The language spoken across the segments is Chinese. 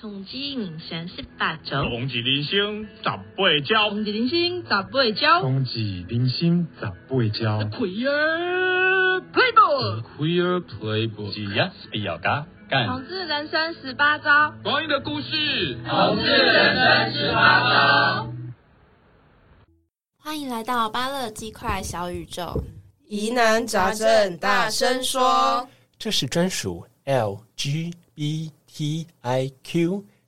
同志人生十八招，同志人生十八招，同志人生十八招，同志人生十八招。 Queer Playbook， Queer Playbook，只要是必要噶干。同志人生十八招。光阴的故事。同志人生十八招。欢迎来到芭乐鸡块小宇宙，疑难杂症大声说。这是专属 LGBTIQ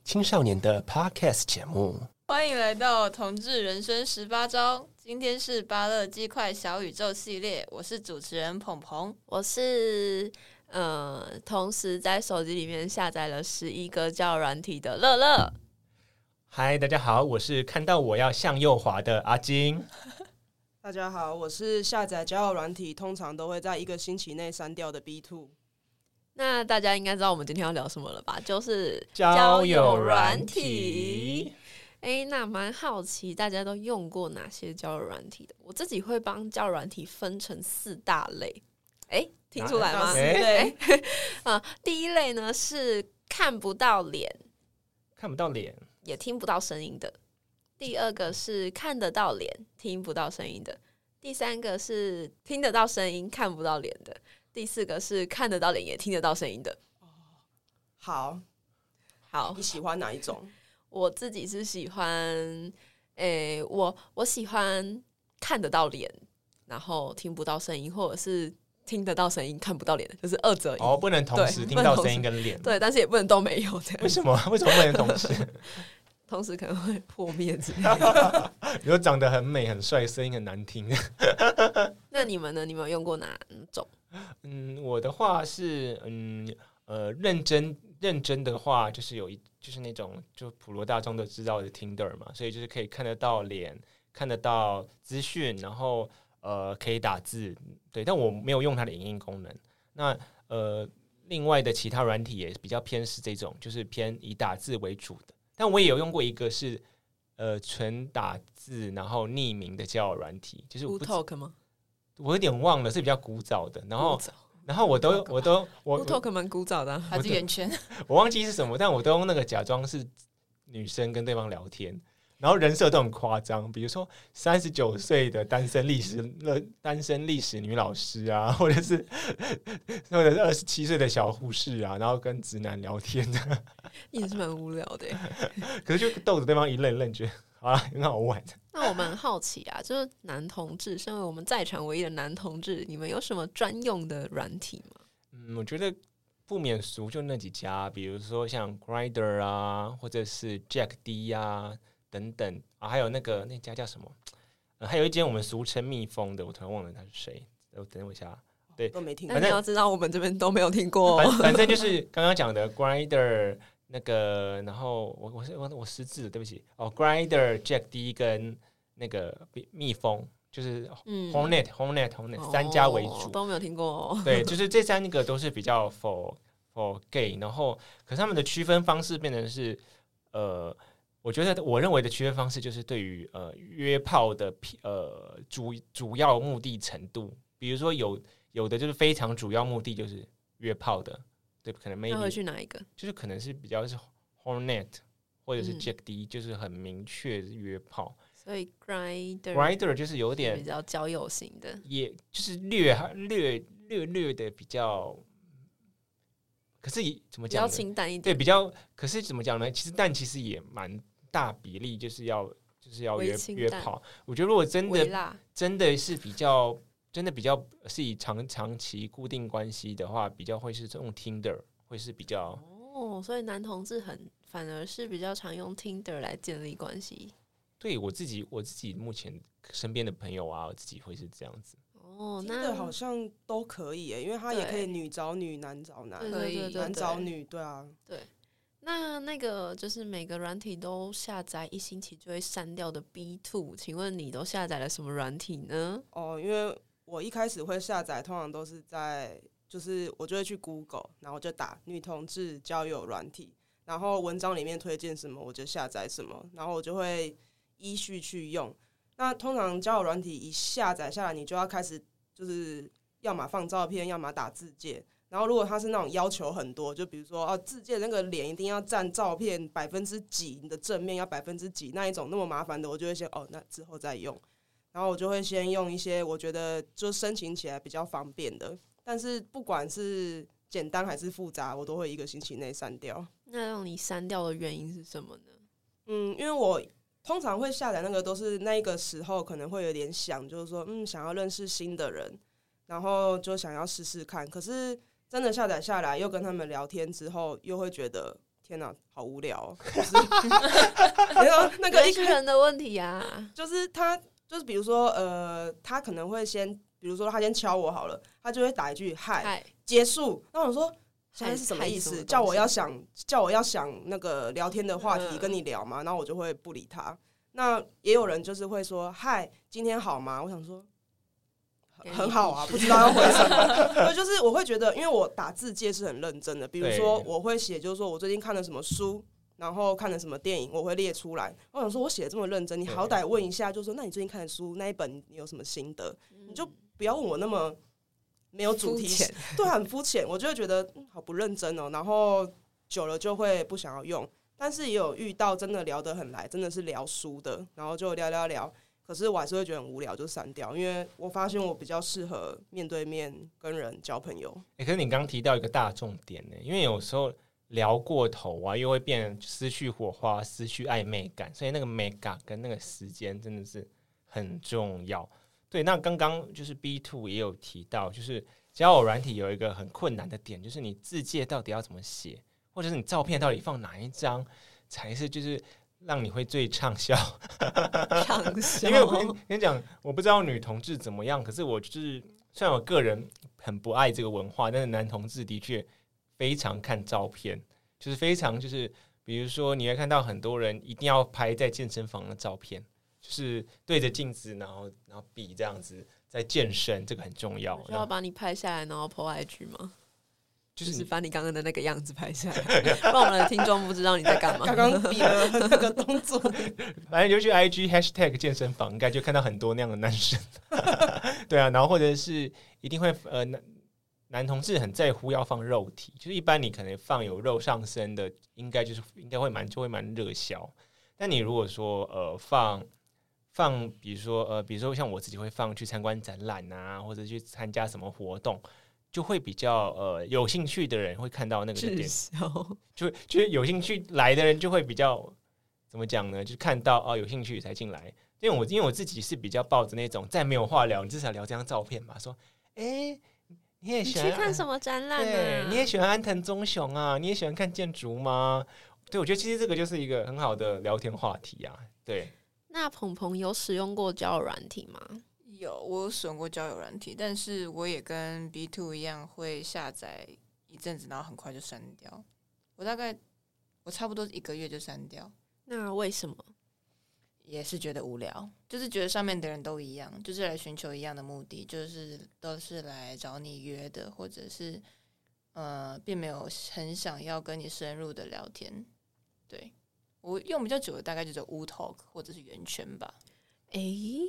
青少年的 Podcast 节目。欢迎来到《同志人生十八招》，今天是芭乐鸡块小宇宙系列，我是主持人鹏鹏。我是呃，同时在手机里面下载了十一个叫软体的乐乐。嗨，大家好，我是看到我要向右滑的阿金。大家好，我是下载交友软体，通常都会在一个星期内删掉的 B Two。那大家应该知道我们今天要聊什么了吧？就是体。。哎，那蛮好奇大家都用过哪些交友软体的？我自己会帮交友软体分成四大类。哎，听出来吗？哪哎对，啊，第一类呢是看不到脸看不到脸，也听不到声音的；第二个是看得到脸听不到声音的；第三个是听得到声音看不到脸的；第四个是看得到脸也听得到声音的。好，哦好你，喜欢哪一种？我自己是喜欢，诶、我我喜欢看得到脸，然后听不到声音，或者是听得到声音看不到脸，就是二者一。哦，不能同对时听到声音跟脸。对，但是也不能都没有这为样，什么？为什么不能同时？ 同时可能会破灭之类的。你说长得很美、很帅，声音很难听。那你们呢？你们有用过哪种？嗯，我的话是，嗯，呃，认真认真的话，就是有一就是那种就普罗大众都知道的 Tinder 嘛，所以就是可以看得到脸，看得到资讯，然后呃可以打字，对，但我没有用它的影音功能。那呃，另外的其他软体也比较偏是这种，就是偏以打字为主的。但我也有用过一个是呃纯打字，然后匿名的交友软体，就是我 Blue 不知 Talk 吗我有点忘了，是比较古早的，然后古。早然后我都我 都我，Blue Talk 蛮古早的啊、还是圆圈？我忘记是什么，但我都用那个假装是女生跟对方聊天，然后人设都很夸张，比如说三十九岁的单身历史呃单身历史女老师啊， 或者是或者是二十七岁的小护士啊，然后跟直男聊天， 也是蛮无聊的耶。可是就逗得对方一愣一愣，觉得好啦，很好玩。那我蛮好奇啊，就是男同志，身为我们在场唯一的男同志，你们有什么专用的软体吗？嗯，我觉得不免俗就那几家，比如说像 Grinder 啊，或者是 Jack D 啊等等啊，还有那个那家叫什么？呃还有一间我们俗称蜜蜂的，我突然忘了他是谁。呃等我一下，都没听那过你反。正要知道，我们这边都没有听过、反哦。反正就是刚刚讲的 Grinder 那个，然后我我是我我失智了，对不起哦，Grinder Jack D 跟那个蜜蜜蜂，就是嗯 Hornet、Hornet Hornet 三家为主哦，都没有听过、 哦。对，就是这三个都是比较 for for gay，然后可是他们的区分方式变成是，呃，我觉得我认为的区分方式就是对于呃约炮的批呃主主要目的程度，比如说有有的就是非常主要目的就是约炮的，对，可能那 maybe 会去哪一个？就是可能是比较是 hornet 或者是嗯 jack d，、就是很明确约炮所以 Grinder ，rider 就是有点比较交友型的，也就是略略略略的比较，可是也怎么比讲较呢？清淡一对，点，比较，可是怎么讲呢？其实但其实也蛮大比例，就是要就是要微约清约淡炮。我觉得如果真微的辣。真的是比较真的比较是以长长期固定关系的话，比较会是这种 Tinder 会是比较哦，所以男同志很反而是比较常用 Tinder 来建立关系。对我自己我自己目前身边的朋友啊，我自己会是这样子。哦，听那的好像都可以耶，因为它也可以女找女，男找男，对可对以对对男对找女，对啊，那那个就是每个软体都下载一星期就会删掉的 B two，请问你都下载了什么软体呢？哦，因为我一开始会下载，通常都是在就是我就会去 Google，然后就打女同志交友软体，然后文章里面推荐什么我就下载什么，然后我就会依序去用。那通常交友软体一下载下来，你就要开始就是要么放照片，要么打字界，然后如果他是那种要求很多，就比如说哦、啊，自荐那个脸一定要占照片百分之几，你的正面要百分之几那一种那么麻烦的，我就会先哦，那之后再用。然后我就会先用一些我觉得就申请起来比较方便的，但是不管是简单还是复杂，我都会一个星期内删掉。那让你删掉的原因是什么呢？嗯，因为我通常会下载那个都是那一个时候可能会有点想，就是说嗯，想要认识新的人，然后就想要试试看。可是真的下载下来，又跟他们聊天之后，又会觉得天哪、好无聊、哦。就是 然后那个一人是开人的问题啊，就是他就是比如说呃，他可能会先。比如说，他先敲我好了，他就会打一句“嗨”，嗨，结束。那我说现在是什么嗨意什么思？东叫我西要想叫我要想那个聊天的话题嗯跟你聊嘛，然后我就会不理他。那也有人就是会说嗨，今天好吗？我想说给很你很好啊，不知道要回 什么。所以就是我会觉得，因为我打字界是很认真的，比如说对我会写，就是说我最近看了什么书。然后看了什么电影，我会列出来。我想说，我写的这么认真，你对好歹问一下，就说那你最近看的书那一本你有什么心得？你你就不要问我那么没有主题性， 对，很肤浅，我就会觉得、嗯、好不认真哦。然后久了就会不想要用，但是也有遇到真的聊得很来，真的是聊书的，然后就聊聊聊。可是我还是会觉得很无聊，就删掉，因为我发现我比较适合面对面跟人交 朋友。欸可是你刚提到一个大重点呢、因为有时候聊过头啊，又会变失去火花、失去暧昧感，所以那个美感跟那个时间真的是很重要。对，那刚刚就是 B two 也有提到，就是交友软体有一个很困难的点，就是你字界到底要怎么写，或者是你照片到底放哪一张才是就是让你会最畅销。 畅销因为 我跟跟你讲，我不知道女同志怎么样，可是我就是虽然我个人很不爱这个文化，但是男同志的确非常看照片，就是非常就是，比如说你会看到很多人一定要拍在健身房的照片，就是对着镜子，然后然后比这样子在健身，这个很重要。需然要后把你拍下来，然后 po IG 吗？就就是是你把你刚刚的那个样子拍下来，让我们的听众不知道你在干嘛。刚刚比了那个动作，反正就去 IG hashtag 健身房，应该就看到很多那样的男生。 对啊，然后或者是一定会呃男男同志很在乎要放肉体，就是一般你可能放有肉上身的，应该就是应该会蛮就会蛮热销。但你如果说呃放放，比如说呃比如说像我自己会放去参观展览啊，或者去参加什么活动。就会比较呃有兴趣的人会看到那个点滞销，就就是有兴趣来的人就会比较怎么讲呢？就是看到哦有兴趣才进来。因为我因为我自己是比较抱着那种再没有话聊，你至少聊这张照片嘛。说，哎、你也你喜去欢看什么展览对，啊？你也喜欢安藤忠雄啊？你也喜欢看建筑吗？对，我觉得其实这个就是一个很好的聊天话题啊。对，那鹏鹏有使用过交友软体吗？有，我有使用过交友软体，但是我也跟 B Two 一样，会下载一阵子，然后很快就删掉。我大概我差不多一个月就删掉，那为什么？也是觉得无聊，就是觉得上面的人都一样，就是来寻求一样的目的，就是都是来找你约的，或者是呃，并没有很想要跟你深入的聊天。对我用比较久的大概就是 U Talk 或者是圆圈吧，诶，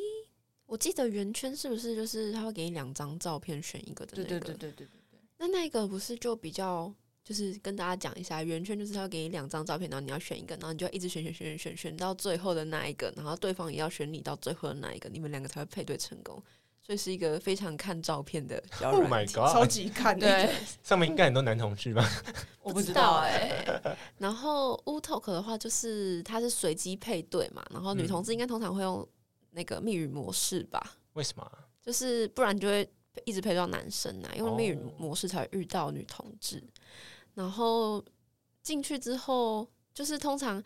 我记得圆圈是不是就是他会给你两张照片选一个的那对个？对对对对对。那那个不是就比较，就是跟大家讲一下，圆圈就是要给你两张照片，然后你要选一个，然后你就一直选选选选选选到最后的那一个，然后对方也要选你到最后的那一个，你们两个才会配对成功。所以是一个非常看照片的交友 Oh 软 my 体。超 god！级看的。对，上面应该很多男同志吧？我不不知知道道哎哎、然后 U Talk 的话，就是它是随机配对嘛，然后女同志应该通常会用那个密语模式吧，为什么啊？就是不然就会一直配到男生啊，因为哦密语模式才会遇到女同志。然后进去之后，就是通常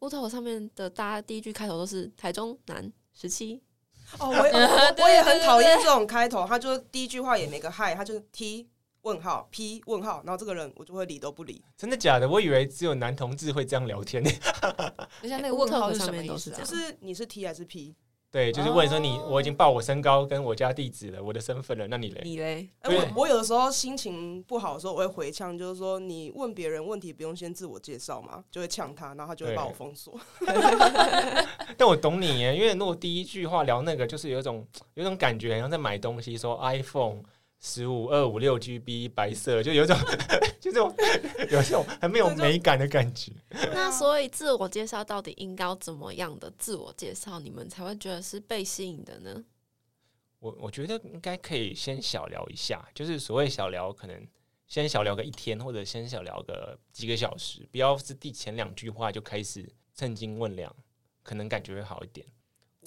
U Talk 上面的大家第一句开头都是台中男十七，哦，我也我我也很讨厌这种开头，他就是第一句话也没个嗨，他就是 T 问号 P 问号，然后这个人我就会理都不理。真的假的？我以为只有男同志会这样聊天。 就像哎那个，Wu 问号 Talk 是上什么面都意是思这啊？样就是你是 T 还是 P？对，就是问说哦你，我已经报我身高跟我家地址了，我的身份了，那你嘞？你嘞？哎、对我我有的时候心情不好的时候，我会回呛，就是说你问别人问题不用先自我介绍嘛，就会呛他，然后他就会对把我封锁。但我懂你耶，因为如果第一句话聊那个，就是有一种有一种感觉，好像在买东西，说 iPhone，十五二五六 GB 白色，就有一种 就这种有这种很没有美感的感觉。那所以自我介绍到底应该怎么样的自我介绍，你们才会觉得是被吸引的呢？我我觉得应该可以先小聊一下，就是所谓小聊，可能先小聊个一天，或者先小聊个几个小时，不要是第前两句话就开始趁斤问两，可能感觉会好一点。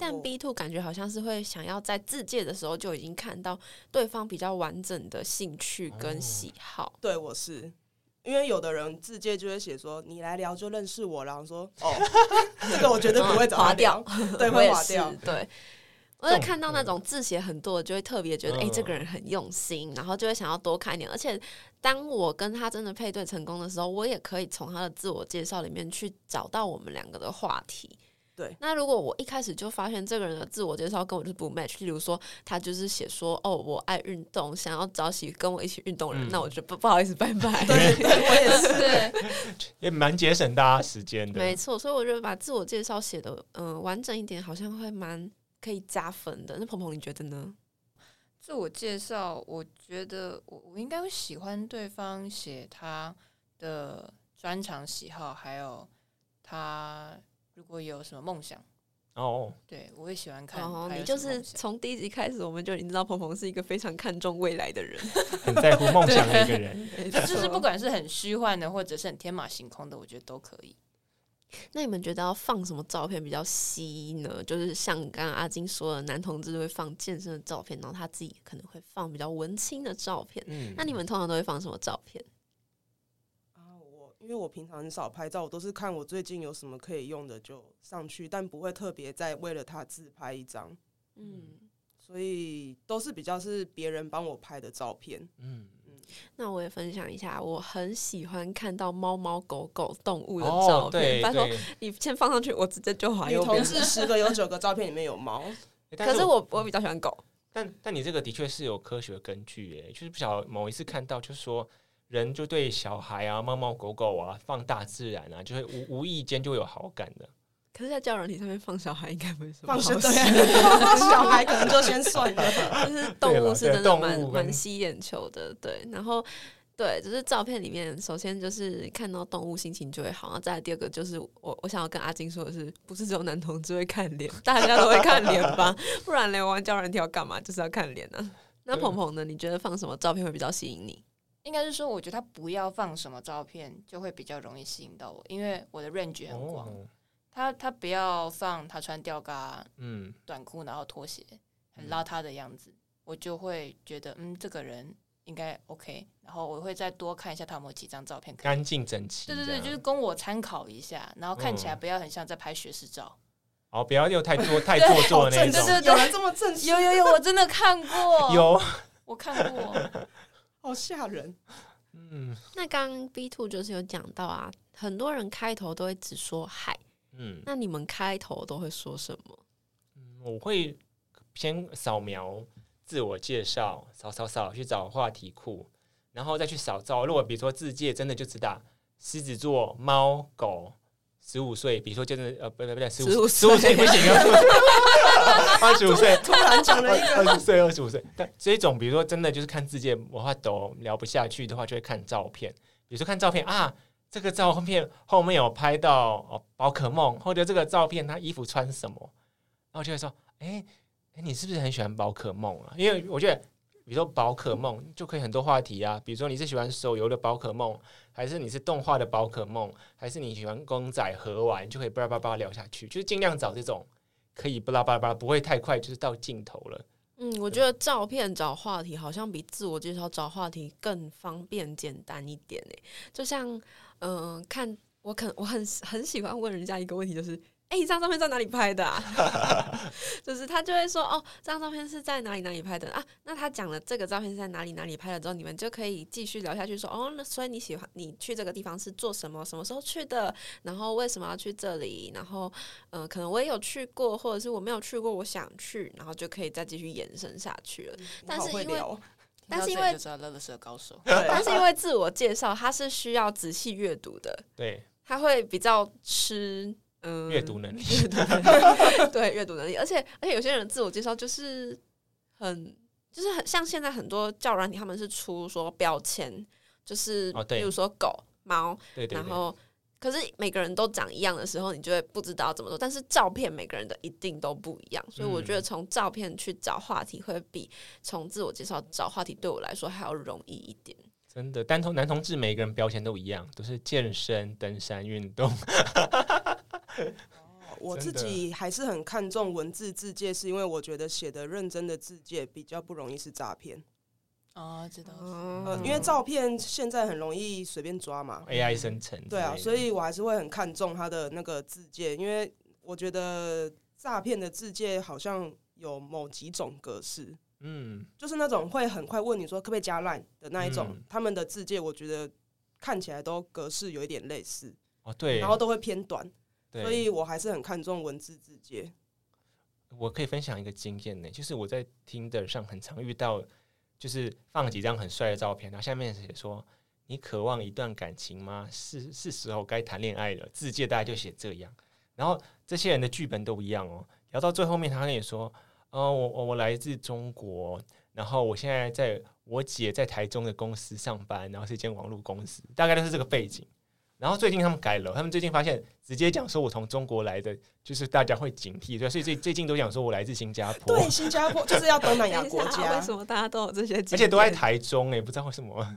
但 B two 感觉好像是会想要在自介的时候就已经看到对方比较完整的兴趣跟喜好。对我是。因为有的人自介就会写说你来聊就认识我，然后说哦， 这个我绝对不会找他划掉聊，对， 我会也划是掉。，对。我这也种看到那种字写很多的，就会特别觉得，哎、嗯这个人很用心，然后就会想要多看一点。而且，当我跟他真的配对成功的时候，我也可以从他的自我介绍里面去找到我们两个的话题。对那如果我一开始就发现这个人的自我介绍跟我就是不 match，例如说他就是写说，哦，我爱运动，想要找起跟我一起运动的人，嗯那我就不不好意思，拜拜。对，对我也是。 对，也蛮节省大家时间的。没错，所以我觉得把自我介绍写的嗯、呃完整一点，好像会蛮可以加分的。那鹏鹏你觉得呢？ 自我介绍，我觉得我我应该会喜欢对方写他的专长喜好，还有他如果有什么梦想，哦，对我也喜欢看哦，他你有就什么是梦想。从第一集开始，我们就已经知道鹏鹏是一个非常看重未来的人。很在乎梦想的一 个 人。就是不管是很虚幻的，或者是很天马行空的，我觉得都可以。那你们觉得要放什么照片比较吸引呢？就是像刚刚阿金说的，男同志都会放健身的照片，然后他自己可能会放比较文青的照片。嗯那你们通常都会放什么照片？啊，我因为我平常很少拍照，我都是看我最近有什么可以用的就上去，但不会特别再为了他自拍一张，嗯，所以都是比较是别人帮我拍的照片。嗯，那我也分享一下，我很喜欢看到猫猫狗狗动物的哦照，片。对拜托，对。你先放上去，我直接就滑女右同边。志十个有九个照片里面有猫，可但是，我我比较喜欢狗，但但你这个的确是有科学根据耶，就是不晓得某一次看到，就说人就对小孩啊、猫猫狗狗啊、放大自然啊，就会无无意间就有好感的。可是在教软体上面放小孩应该没什么放好生 事。对放 小孩可能就先算 了。啊就是动物是真的蛮啊对啦对动物跟蛮吸眼球的，对。然后对，就是照片里面，首先就是看到动物心情就会好，然后再来第二个就是我我想要跟阿金说的是，不是只有男同志会看脸，大家都会看脸 吧？不然嘞，我玩教软体要干嘛？就是要看脸啊。那对鹏鹏呢？你觉得放什么照片会比较吸引你？应该是说，我觉得他不要放什么照片，就会比较容易吸引到我，因为我的 range 很广。哦，他他不要放他穿吊嘎、嗯，短裤，然后拖鞋，很嗯邋遢的样子，我就会觉得，嗯，这个人应该 OK。然后我会再多看一下他有没有几张照片，看干净整齐这对样。对对，就是供我参考一下，然后看起来嗯不要很像在拍学士照。 哦，不要有太做太做作的那一对种。对有对，人这么正式，有有有，我真的看 哦过，有，我看 过，好吓人。嗯那刚刚 B two 就是有讲到啊，很多人开头都会只说嗨，嗯，那你们开头都会说什么？我会先扫描自我介绍，扫扫扫去找话题库，然后再去扫照。如果比如说自介真的就只打狮子座、猫、狗，十五岁，比如说就是呃不不不，十五15十五岁不行啊， 二十五岁。突然讲了一个，二十岁、二十五岁，但这种比如说真的就是看自介，我话抖聊不下去的话，就会看照片。比如说看照片啊，这个照片后面有拍到哦宝可梦，或者这个照片他衣服穿什么，然后就会说，哎、哎你是不是很喜欢宝可梦啊？因为我觉得，比如说宝可梦就可以很多话题啊，比如说你是喜欢手游的宝可梦，还是你是动画的宝可梦，还是你喜欢公仔盒玩，就可以巴拉巴拉巴拉聊下去，就是尽量找这种。可以巴拉巴拉巴拉，不会太快，就是到尽头了。嗯，我觉得照片找话题好像比自我介绍找话题更方便简单一点诶。就像，嗯、看我肯我很很喜 欢问人家一个问题，就是，哎、你这张照片在哪里拍的啊？ 就是他就会说，哦，这张照片是在哪里哪里拍的啊？那他讲了这个照片是在哪里哪里拍的之后，你们就可以继续聊下去说，哦，那所以你喜欢你去这个地方是做什么？什么时候去的？然后为什么要去这里？然后嗯，可能我也有去过，或者是我没有去过，我想去，然后就可以再继续延伸下去了。但好是会因为聊但是听因到这里为就知道乐乐是个高手， 但 对，是因为自我介绍，它是需要仔细阅读的，对，它会比较吃嗯阅读能 力，阅读能力对阅读能力，而且而且有些人自我介绍就是很就是很像现在很多教软体，他们是出说标签，就是哦对比如说狗、猫， 对对然对，后可是每个人都长一样的时候，你就会不知道怎么做。但是照片每个人的一定都不一样，所以我觉得从照片去找话题会比从自我介绍找话题对我来说还要容易一点。真的，单同男同志每个人标签都一样，都是健身、登山、运 动。我自真的己还是很看重文字字界，是因为我觉得写的认真的字界比较不容易是诈骗。哦，知嗯道。呃，因为照片现在很容易随便抓嘛， AI 生成之类的。对啊，所以我还是会很看重它的那个字界，因为我觉得诈骗的字界好像有某几种格式，嗯，就是那种会很快问你说可不可以加 line 的那一种，嗯他们的字界我觉得看起来都格式有一点类似，哦对，然后都会偏短，对所以我还是很看重文字字界。我可以分享一个经验呢，就是我在 Tinder 上很常遇到，就是放几张很帅的照片，然后下面写说“你渴望一段感情吗？是是时候该谈恋爱了。”字界大家就写这样，然后这些人的剧本都一样哦。聊到最后面，他跟你说：“哦，我我我来自中国，然后我现在在我姐在台中的公司上班，然后是一间网络公司，大概都是这个背景。”然后最近他们改了，他们最近发现直接讲说我从中国来的，就是大家会警惕，对，所以最最近都讲说我来自新加坡，对，新加 坡就是要东南亚等一国下，为家什，么大家都有这些？而且都在台中哎、不知道为什么。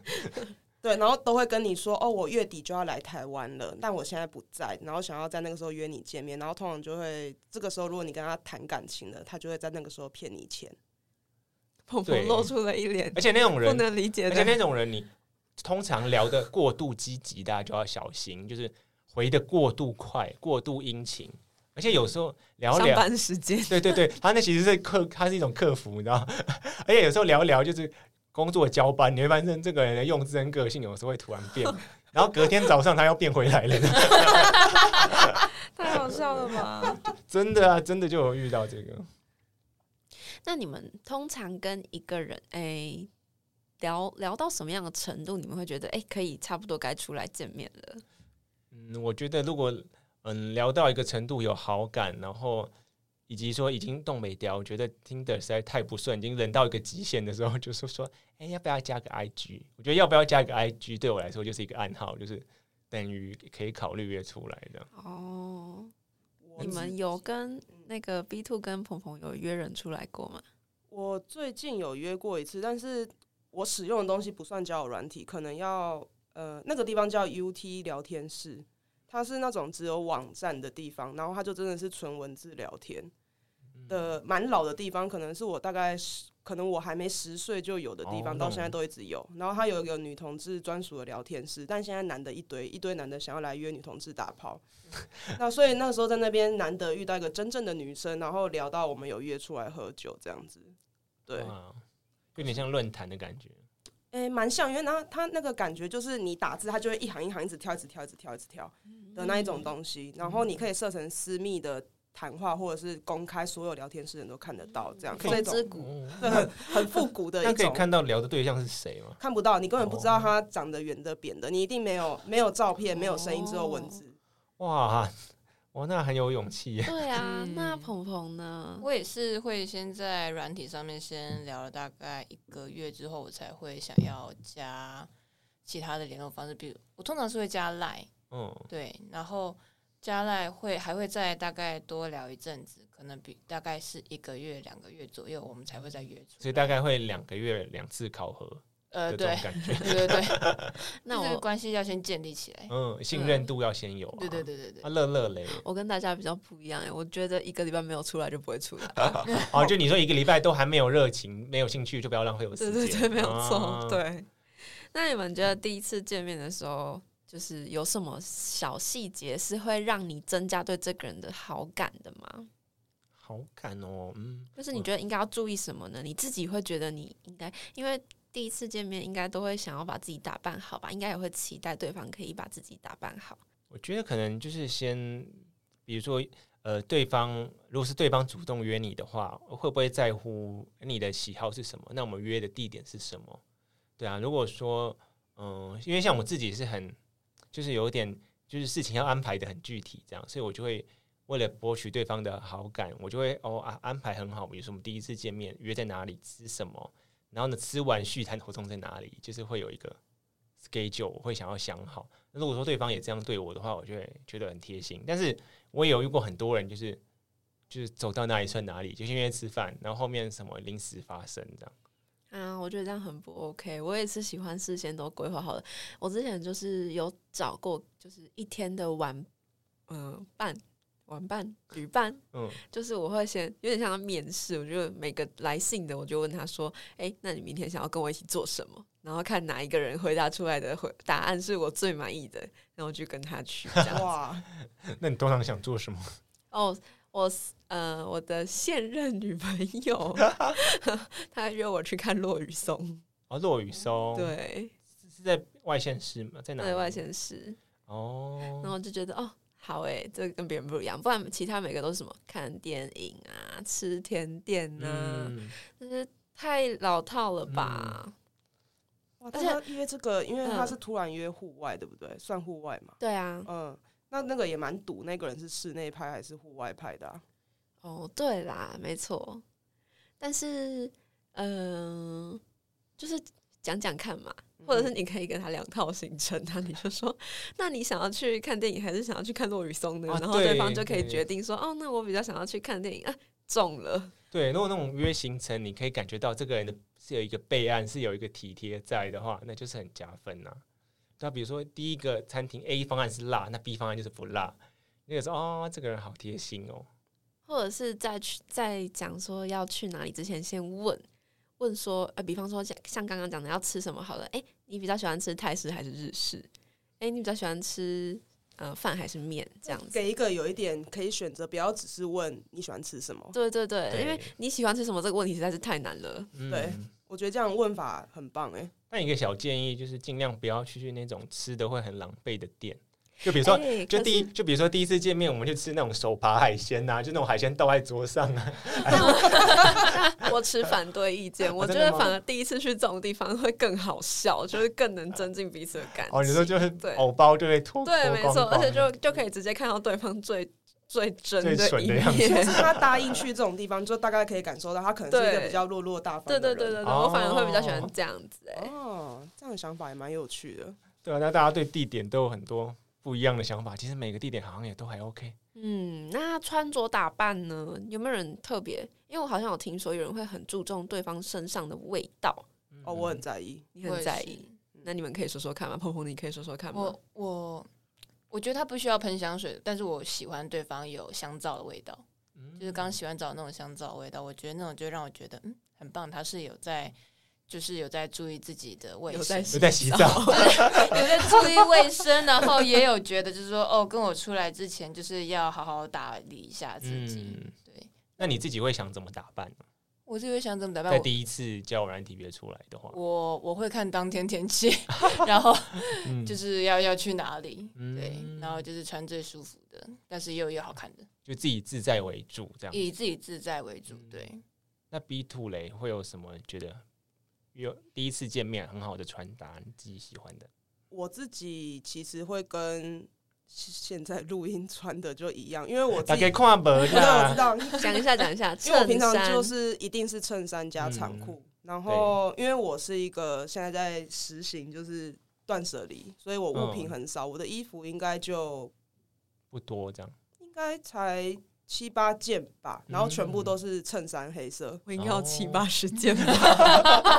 对，然后都会跟你说哦，我月底就要来台湾了，但我现在不在，然后想要在那个时候约你见面，然后通常就会这个时候，如果你跟他谈感情了，他就会在那个时候骗你钱。鹏对鹏露出了一脸而且那种不人，能理解而且那的。种人，你通常聊的过度积极，大家就要小心，就是回的过度快、过度殷勤，而且有时候聊上聊，班时间，对对对，他那其实是客，他是一种客服，你知道吗， 而且有时候聊一聊就是工作交班，你会发现这个人的用字跟个性有时候会突然 变，然后隔天早上他又变回来了，太好笑了吧？真的啊，真的就有遇到这个。那你们通常跟一个人诶、聊聊到什么样的程度，你们会觉得诶、可以差不多该出来见面了？嗯，我觉得如果嗯聊到一个程度有好感，然后以及说已经动没掉，我觉得听的实在太不顺，已经忍到一个极限的时候，就是说，哎、要不要加个 IG？我觉得要不要加个 IG 对我来说就是一个暗号，就是等于可以考虑约出来的。哦，我嗯你们有跟那个 B Two 跟鹏鹏有约人出来过吗？我最近有约过一次，但是我使用的东西不算交友软体，可能要呃那个地方叫 UT 聊天室，它是那种只有网站的地方，然后它就真的是纯文字聊天嗯的，蛮老的地方，可能是我大概十，可能我还没十岁就有的地哦方，那到我现在都一直有。然后它有一个女同志专属的聊天室，但现在男的一堆一堆男的想要来约女同志打炮，那所以那时候在那边难得遇到一个真正的女生，然后聊到我们有约出来喝酒这样子，对。哇，有点像论坛的感觉。诶，蛮像，因为它它那个感觉就是你打字，它就会一行一行一直跳，一直跳，一直跳，一直跳嗯的那一种东西。然后你可以设成私密的谈话，或者是公开，所有聊天室人都看得到，这样可以这之种谷，嗯对很很复古的哦那一可以种。看哦到聊的对象是谁吗？看不到，你根本不知道它长得圆的、扁的，你一定没有没有照片，没有声音，只有文字。哇，哇，那很有勇气耶。对啊，嗯那鹏鹏呢？我也是会先在软体上面先聊了大概一个月之后，我才会想要加其他的联络方式，比如我通常是会加 Line，嗯，对，然后加 Line 会还会再大概多聊一阵子，可能比大概是一个月两个月左右，我们才会再约出所以大概会两个月两次考核呃，的这对种，感 觉。对对 对，那就是我关系要先建立起来。嗯，信任度要先有、啊。对对对对对啊，，乐乐 嘞，我跟大家比较不一样哎、我觉得一个礼拜没有出来就不会出 来，哦，就你说一个礼拜都还没有热情、没有兴趣，就不要浪费我时对间。对对，没有错，啊。对。那你们觉得第一次见面的时候，就是有什么小细节是会让你增加对这个人的好感的吗？好感哦，嗯，就是你觉得应该要注意什么呢？你自己会觉得你应该，因为第一次见面应该都会想要把自己打扮好吧，应该也会期待对方可以把自己打扮好。我觉得可能就是先，比如说，呃，对方如果是对方主动约你的话，会不会在乎你的喜好是什么？那我们约的地点是什么？对啊，如果说，嗯、因为像我自己是很，就是有点，就是事情要安排的很具体，这样，所以我就会为了博取对方的好感，我就会哦啊安排很好，比如说我们第一次见面约在哪里吃什么，然后呢，吃完续摊活动在哪里，就是会有一个 schedule，我会想要想好。那如果说对方也这样对我的话，我就会觉得很贴心。但是我也有遇过很多人，就是就是走到哪里算哪里，就是因为吃饭，然后后面什么临时发生这样。啊，我觉得这样很不 OK。我也是喜欢事先都规划好的。我之前就是有找过，就是一天的晚，嗯、办晚办旅办，嗯，就是我会先有点像面试，我就每个来信的，我就问他说：“哎、那你明天想要跟我一起做什么？”然后看哪一个人回答出来的回答案是我最满意的，然后就跟他去这 样子。哇， 那你通常想做什么？哦，我呃，我的现任女朋友， 她约我去看落雨松，哦，落雨松，，对，是在外县市吗？在哪里？在外县市。然哦，后就觉得哦，好诶，这个跟别人不一样，不然其他每个都是什么看电影啊、吃甜点啊，嗯，那些太老套了吧？哇而但且他约这个，因为他嗯是突然约户外，对不对？算户外嘛？对啊，嗯，那那个也蛮堵，那个人是室内拍还是户外拍的、啊？哦，对啦，没错。但是，嗯、就是讲讲看嘛，或嗯者是你可以跟他两套行程啊，你就说， 那你想要去看电影，还是想要去看落雨松呢？啊然后对方对就可以对决定说，哦，那我比较想要去看电影啊，中了。对，如果那种约行程，你可以感觉到这个人的是有一个备案，是有一个体贴在的话，那就是很加分呐、那比如说第一个餐厅 A 方案是辣，那 B 方案就是不辣，那个时候哦，这个人好贴心哦，或者是在去在讲说要去哪里之前，先问问说，呃，比方说像像刚刚讲的要吃什么好了，诶，你比较喜欢吃泰式还是日式？诶，你比较喜欢吃呃饭还是面这样子？嗯给一个有一点可以选择，不要只是问你喜欢吃什么。对对对，对因为你喜欢吃什么这个问题实在是太难了。嗯对我觉得这样问法很棒哎、但一个小建议就是尽量不要去去那种吃的会很狼狈的店，就比如说。诶哎就可第一，是就比如说第一次见面，我们去吃那种手扒海鲜啊呐、就那种海鲜倒在桌上啊，我持反对意 见，我啊觉真得的吗反而第一次去这种地方会更好笑，就是更能增进彼此的感情。哦，你说就是对藕包就会脱，对，脱没光啊错，而光且就就可以直接看到对方最最真最的蠢一的样子面就。是他答应去这种地方，就大概可以感受到他可能是一个对比较落落大方的对人。对对对对，哦我反而会比较喜欢这样子哎、哦，这样的想法也蛮有趣的。对啊，那大家对地点都有很多不一样的想法，其实每个地点好像也都还 OK。嗯，那穿着打扮呢？有没有人特别？因为我好像有听说有人会很注重对方身上的味道，哦，我很在意。你很在意。那你们可以说说看吗？碰碰，你可以说说看吗我？我我觉得他不需要喷香水，但是我喜欢对方有香皂的味道，嗯就是刚洗完澡那种香皂的味道，我觉得那种就让我觉得嗯很棒，他是有在就是有在注意自己的卫有生在，有在洗澡，有在注意卫生，然后也有觉得就是说哦，跟我出来之前就是要好好打理一下自己。嗯，对 那你自己会想怎么打扮呢？我是会想怎么打扮，在我第一次交友软体约出来的话，我我会看当天天气，然后嗯，就是是要要去哪里，嗯对，然后就是穿最舒服的，但是又又好看的，就自己自在为主这样。以自己自在为主嗯，对。那 B two 嘞会有什么觉得有第一次见面很好的穿搭，你自己喜欢的？我自己其实会跟现在录音穿的就一样，因为我自大己概跨门我知道我啦知，道， 讲一下，讲一下。因为我衬平常衫就是一定是衬衫加长裤，然后因为我是一个现在在实行就是断舍离，所以我物品很少，我的衣服应该就不多这样。应该才七八件吧，然后全部嗯都是衬衫黑色。我应该有七哦八十件吧。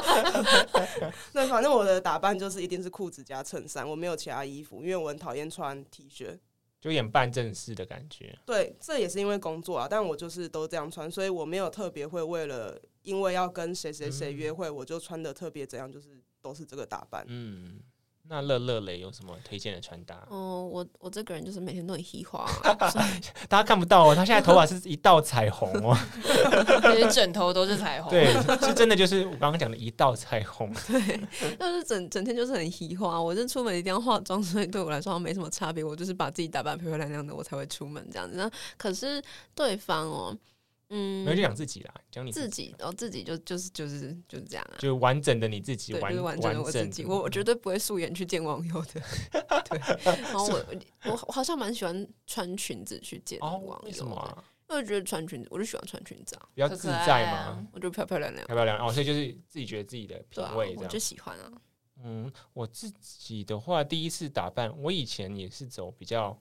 那反正我的打扮就是一定是裤子加衬衫，我没有其他衣服，因为我很讨厌穿 T 恤。就有点半正式的感觉，对，这也是因为工作啊，但我就是都这样穿，所以我没有特别会为了因为要跟谁谁谁约会，我就穿的特别怎样，就是都是这个打扮。嗯。那乐乐嘞有什么推荐的穿搭？ 哦，我我这个人就是每天都很啊嘻哈， 大家看不到哦，他现在头发是一道彩虹哦，就是枕头都是哦彩虹。对，是真的，就是我刚刚讲的一道彩虹。就是整整天就是很嘻哈。我就出门一定要化妆，所以对我来说好像没什么差别。我就是把自己打扮漂漂亮亮的，我才会出门这样子。那可是对方哦，嗯没有，就讲自己啦，讲你自己，哦，自己就就是就是就是这样啊。就完整的你自己，对，就是完完整的我嗯自己，我我绝对不会素颜去见网友 的。哦对，然后我我我好像蛮喜欢穿裙子去见哦网，为友什的，么啊？因为我就觉得穿裙子，我就喜欢穿裙子啊，比较可自可爱在啊嘛，我就漂漂亮亮，漂漂亮亮哦，所以就是自己觉得自己的品对啊，味这我样。就喜欢啊。嗯，我自己的话，第一次打扮，我以前也是走比较，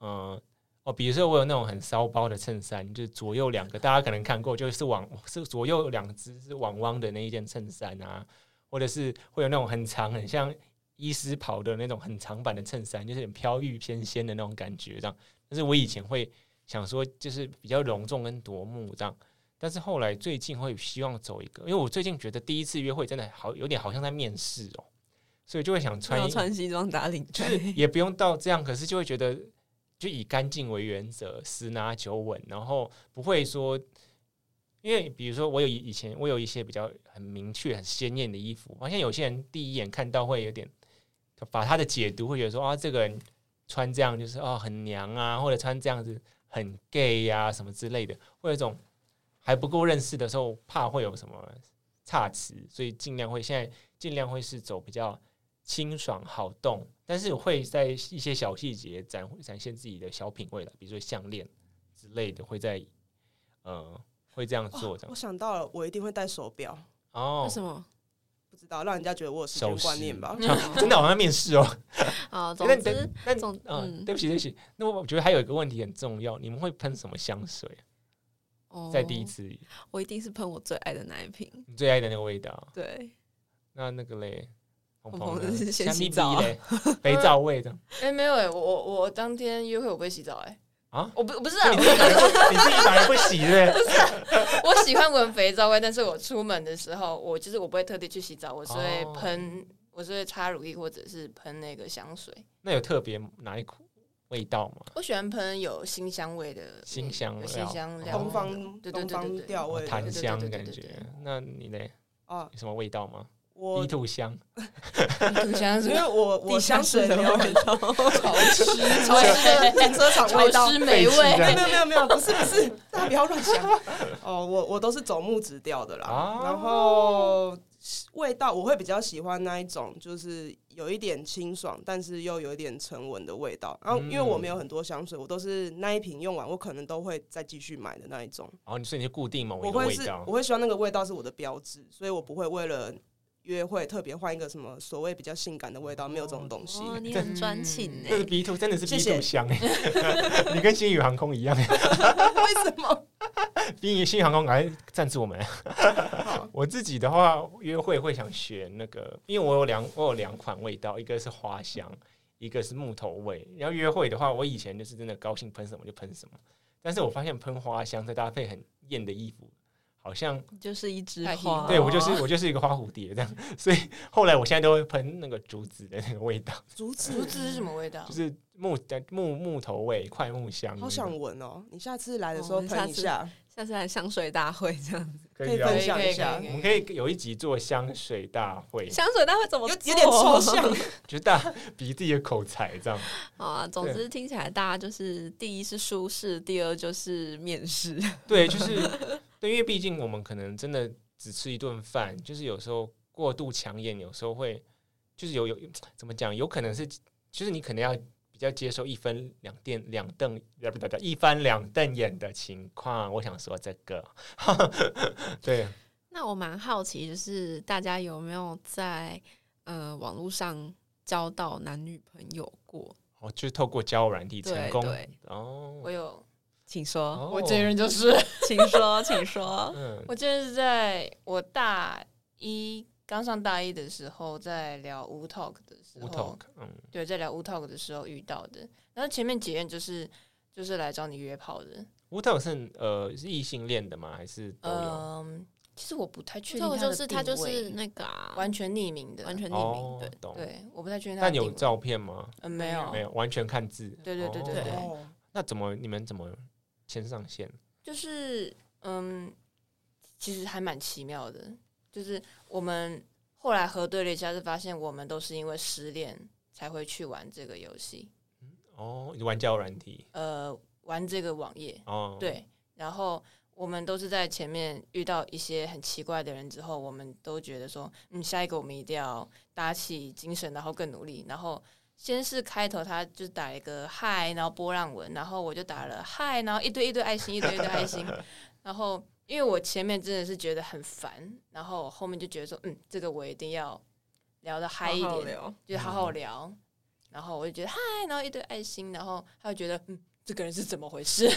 嗯、哦，比如说我有那种很骚包的衬衫，就是左右两个，大家可能看过，就是网是左右两只是网汪的那一件衬衫啊，或者是会有那种很长，很像医师袍的那种很长版的衬衫，就是很飘逸翩跹的那种感觉这样。但是我以前会想说，就是比较隆重跟夺目这样。但是后来最近会希望走一个，因为我最近觉得第一次约会真的好有点好像在面试哦，所以就会想穿要一穿西装打领就带，哎是也不用到这样，可是就会觉得就以干净为原则，十拿九稳，然后不会说，因为比如说我有以以前我有一些比较很明确、很鲜艳的衣服，好像有些人第一眼看到会有点把他的解读会觉得说啊，这个人穿这样就是哦很娘啊，或者穿这样子很 gay 呀、什么之类的，会有一种还不够认识的时候，怕会有什么差池，所以尽量会现在尽量会是走比较清爽好动，但是会在一些小细节展展现自己的小品味了，比如说项链之类的，会在呃会这样做这我样想到了，我一定会戴手表，哦为，什么？不知道让人家觉得我有时首间饰观念吧。 真的好像面试哦。啊，总那你之等，那嗯总嗯，嗯对不起对不起，那我觉得还有一个问题很重要，你们会喷什么香水？哦在第一，次我一定是喷我最爱的那一瓶。你最爱的那个味道，对，那那个嘞，红红红的的是先香洗蜜澡啊鼻嘞， 肥皂味的。哎、没有哎、我我我当天约会我不会洗澡哎、啊我不不是啊，你自己反而你自己反而不洗对不对？我喜欢闻肥皂味，但是我出门的时候，我就是我不会特地去洗澡，我是会哦喷，我是会擦乳液或者是喷那个香水。 那有特别哪一股味道吗？我喜欢喷有辛香味的，辛香有料辛香料，东方对对东对对方对，调味哦檀的哦对香对对感对对觉对。那你嘞，啊，有什么味道吗？我泥土香，土香因水，为 我我香水没有很潮湿，潮湿，停车场味道潮湿美味。没有没有没有没有，不是不 是，大家不要乱想。哦，我我都是走木质调的啦，哦然后味道我会比较喜欢那一种，就是有一点清爽，但是又有一点沉稳的味道。然后因为我没有很多香水，我都是那一瓶用完，我可能都会再继续买的那一种。然后你哦说你就固定某一我个会味是道我，会希望那个味道是我的标志，所以我不会为了。约会特别换一个什么所谓比较性感的味道，没有这种东西。 哦，你很专情欸呢这是。B two，真的是谢 B 谢 two 香哎， 你跟星宇航空一样，为什么？星星宇航空来赞助我 们。我自己的话，约会会想选那个，因为我有两我有两款味道，一个是花香，一个是木头味。然后约会的话，我以前就是真的高兴喷什么就喷什么，但是我发现喷花香再搭配很艳的衣服，好像就是一枝太花，对我就是哦我就是一个花蝴蝶这样，所以后来我现在都会喷那个竹子的那个味道，竹子，竹子是什么味道就？是木呃木木头味、快木香那种，好想闻哦！你下次来的时哦候你下喷一次下，下次来香水大会这样子。可以啊分可以享可一以下可我以们可可以以有一集做香水大会，香水大会怎么有做有点哦抽象。就是大家比自己的口才这样。好 啊，总之听起来大家就是第一是舒适，第二就是面试。对，就是对，因为毕竟我们可能真的只吃一顿饭，就是有时候过度抢眼，有时候会就是有有怎么讲，有可能是就是你可能要比较接受一分两电两瞪，呃不对不对，一翻两瞪眼的情况。我想说这个， 对，那我蛮好奇，就是大家有没有在呃网络上交到男女朋友过？我哦就是透过交友软体成对功对，哦我有，请说，哦，我这个人就是，请说，请说。嗯我这是在我大一刚上大一的时候，在聊 Wu Talk 的时，Wu 候 Talk，，嗯，对，在聊 Wu Talk 的时候遇到的。然后前面几任就是就是来找你约炮的， Wu Talk 是呃是异性恋的吗？还是都呃有？嗯，其实我不太确这定个的就是他就定位是那个啊完全匿名的，完全匿名，哦对，，懂。对，我不太确定他的但定位。有照片吗？嗯没有没有，完全看字。对对 对对对哦哦，那怎么你们怎么先上线？就是嗯，其实还蛮奇妙的。就是我们后来核对了一下，是发现我们都是因为失恋才会去玩这个游戏，哦，你玩交友软体呃，玩这个网页。哦，， 对，然后我们都是在前面遇到一些很奇怪的人之后，我们都觉得说，嗯，下一个我们一定要打起精神，然后更努力，然后先是开头他就打一个嗨，然后波浪纹，然后我就打了嗨，然后一堆一堆爱心，一堆一堆爱心，然后因为我前面真的是觉得很烦，然后我后面就觉得说，嗯，这个我一定要聊的嗨一点，好哦好聊就好好聊，然后我就觉得嗨，然后一堆爱心，然后他就觉得嗯。这个人是怎么回事？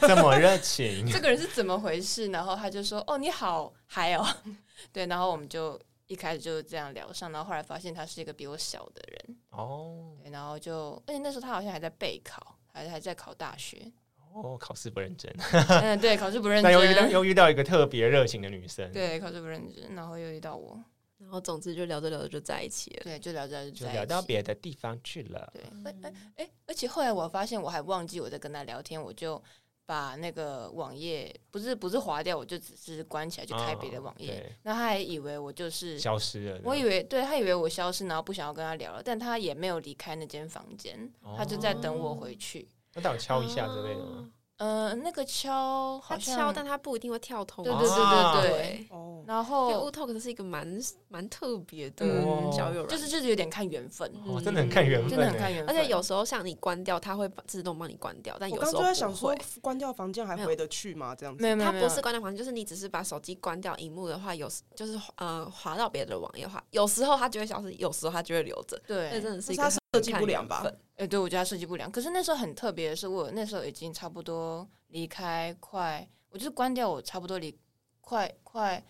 这么热 情，这个人是怎么回事？然后他就说：“哦，你好嗨哦。” 对，然后我们就一开始就这样聊上，然后后来发现他是一个比我小的人，哦对，然后就，而且那时候他好像还在备考，还还在考大 学。哦，考试不认真，嗯，对，考试不认那又遇到真，又遇到一个特别热情的女生，，对，考试不认真，然后又遇到我，然后总之就聊着聊着就在一起了。对，就聊着聊着就在一聊到起别的地方去了。对，哎哎哎，而且后来我发现我还忘记我在跟他聊天，我就把那个网页不是不是划掉，我就只是关起来，就开别的哦网页。对那他还以为我就是消失了。我以为对他啊以为我消失，然后不想要跟他聊了，但他也没有离开那间房间，他就在等我回去。那到底敲一下之类的吗？呃，那个敲他好像敲，但他不一定会跳通。对啊对对对对，对，哦，然因为 U 后 Talk 是一个蛮蛮特别的嗯交友软件，就是就是有点看缘分，嗯哦，真的很看缘分欸，啊真的很看缘而分，且有时候像你关掉，它会把自动帮你关掉，但我有刚时就候在想不说会。，关掉房间还回得去吗？这样子没有没有它没有不是关掉房间，就是你只是把手机关掉荧幕的话，有时就是呃滑到别的网页的话，有时候它就会消失，有时候它就会留着。那对，真的是一那是个他很设计看不良缘吧分哎、对，我觉得他设计不良。可是那时候很特别的是，我那时候已经差不多离开快，我就是关掉我差不多离快快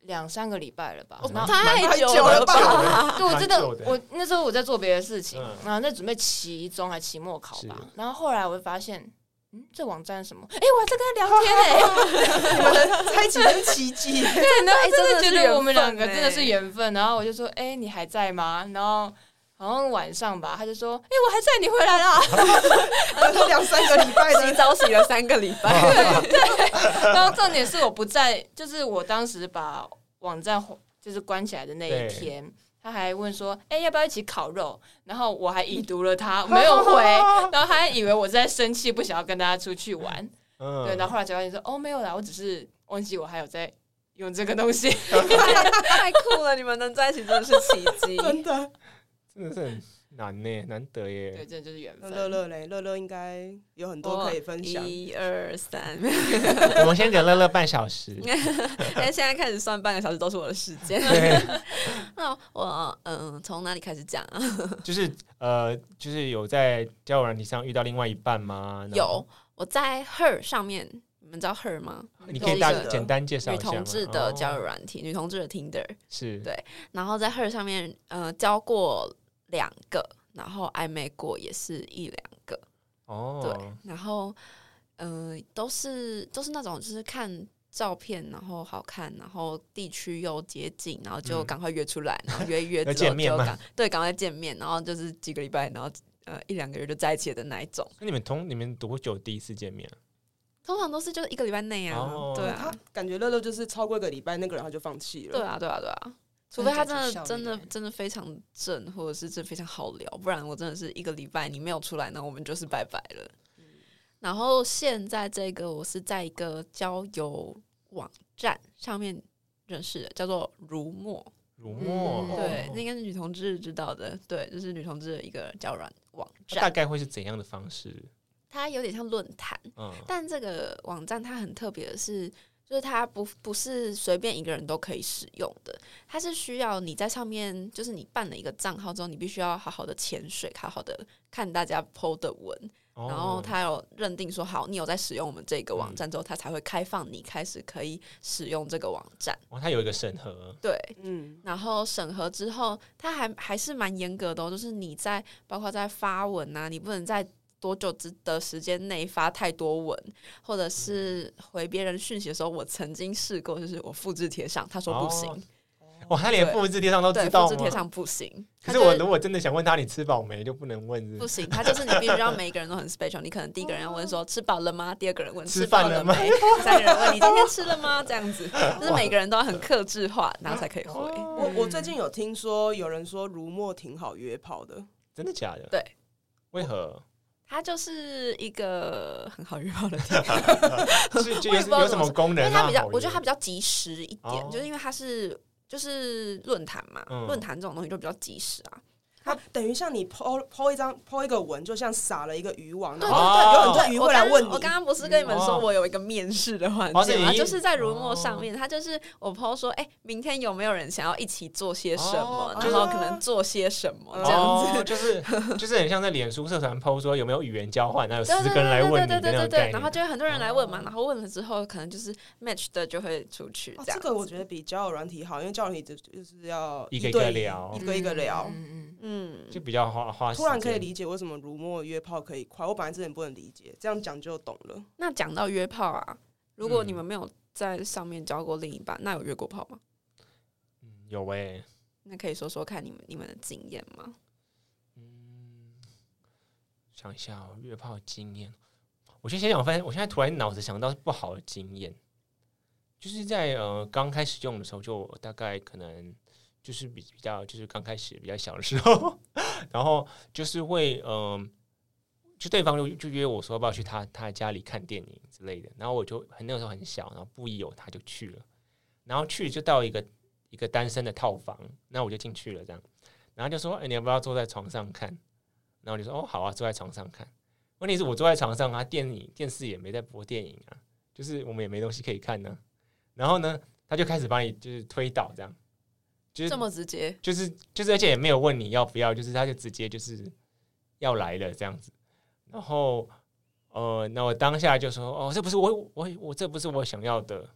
两三个礼拜了吧。哦然后太太久了了吧对，我真蛮的久的我那时候我在做别的事情，嗯然后在准备期中还期末考吧是。然后后来我就发现，嗯，这网站是什么？哎、我还在跟他聊天 哎、在一起是奇迹。 真的、哎真的真的是觉得缘我们两个分真欸的是缘分。然后我就说，哎、你还在吗？然后好像晚上吧，他就说，哎、我还在，你回来啦。是两三个礼 拜洗的，澡洗了三个礼拜，然啊后重点是我不在，就是我当时把网站就是关起来的那一天，他还问说：“哎、要不要一起烤肉？”然后我还已读了他，没有 回，然后他还以为我在生气，不想要跟大家出去玩。嗯对，然后后来才发现说：“哦，没有啦，我只是忘记我还有在用这个东西。太酷了！你们能在一起真的是奇迹。 真的。真的是很难呢，难得” 对，耶。这就是缘那乐分。乐嘞，乐乐应该有很多可以分享。一二三，我们先忍乐乐半小时，但现在开始算半个小时都是我的时间。对， 那我嗯，从哪里开始讲啊？就是呃，就是有在交友软体上遇到另外一半吗？然后有，我在 Her 上面，你们知道 Her 吗？你可以大都是简单介绍女一下吗同志的交友哦软体，女同志的 Tinder，是对然后在 Her 上面，呃，交过两个，然后暧昧过也是一两个，哦，然后，嗯、都是都是那种就是看照片，然后好看，然后地区又接近，然后就嗯赶快约出来，然后约一约之 后要见面就吗赶对赶快见面，然后就是几个礼拜，然后呃一两个月就在一起的那一种，那你们同你们多久第一次见面？啊通常都是就是一个礼拜内啊，哦对嗯他啊，感觉乐乐就是超过一个礼拜，那个人他就放弃了。对啊，对啊，对啊。除非他真真的的假的真的效率嗯真的非常正，或者是真的非常好聊，不然我真的是一个礼拜你没有出来呢，我们就是拜拜了。嗯然后现在这个我是在一个交友网站上面认识的，叫做如墨，如墨嗯对，那哦应该是女同志知道的，对，就是女同志的一个交友软网那大站，概会是怎样的方式？它有点像论坛，嗯，但这个网站它很特别的是，就是它不不是随便一个人都可以使用的，它是需要你在上面，就是你办了一个账号之后，你必须要好好的潜水，好好的看大家 PO 的文，哦然后它有认定说好，你有在使用我们这个网站之后，它才会开放你开始可以使用这个网站。哦，它有一个审核，对，嗯，然后审核之后，它还还是蛮严格的、哦，就是你在包括在发文啊，你不能在多久之的时间内发太多文，或者是回别人讯息的时候，我曾经试过，就是我复制贴上，他说不行，哦哇，他连对复制贴上都对，哦知道复吗制？贴上不行。他可是就我如果真的想问他你吃饱没，就不能问是不不是行，他就是你必须让每一个人都很 special。你可能第一个人要问说吃饱了吗？第二个人问吃吃饱饭了了吗没？第三个人问你今天吃了吗？这样子，就是每个人都要很克制化，然后才可以回。哦我我最近有听说有人说如墨挺好约炮的，真的假的？对，为何？它就是一个很好约炮的地方，是就 我有也不知道有什怎么么说功因能为让它啊好约？比较，我觉得它比较及时一点，哦就是因为它是就是论坛嘛，嗯论坛这种东西就比较及时啊。它等于像你抛抛一张抛一个文，就像撒了一个渔网，对然对后对，有很多鱼我会来刚问你我刚刚不是跟你们说哦我有一个面试的环哦节对吗？你就是在如墨上哦面，他就是我 PO 说，哎、明天有没有人想要一起做些什么哦？然后啊可能做些什么哦这样子。哦、就是就是很像在脸书社团 PO 说有没有语言交换，然后有对十对个人来问你对对的那对对种概对，念。然后就有很多人来问嘛，哦然后问了之后，可能就是 match 的就会出去哦这样子。这个我觉得比交友软体好，因为交友软体就就是要一个一对个聊一个一个聊。嗯嗯嗯，就比较花花时间。突然可以理解为什么如墨约炮可以快，我本来之前不能理解，这样讲就懂了。那讲到约炮啊，如果你嗯们没有在上面交过另一半，那有约过炮吗？嗯有哎、那可以说说看你们你们的经验吗？嗯，想一下、哦、约炮经验，我先想想，发现我现在突然脑子想到不好的经验，就是在呃刚开始用的时候，就我大概可能就是比比较就是刚开始比较小的时候，然后就是会嗯、呃就对方就就约我说要不要去他他家里看电影之类的，然后我就很那个时候很小，然后不疑有他就去了，然后去就到一个一个单身的套房，那我就进去了这样。然后就说：“哎、你要不要坐在床上看？”然后我就说：“哦，好啊，坐在床上看。”问题是我坐在床上啊，电影电视也没在播电影啊，就是我们也没东西可以看呢、然后呢，他就开始把你就是推倒，这样，就是这么直接，就是就是，而且也没有问你要不要，就是他就直接就是要来了这样子。然后呃，那我当下就说：“哦，这不是我我我这不是我想要的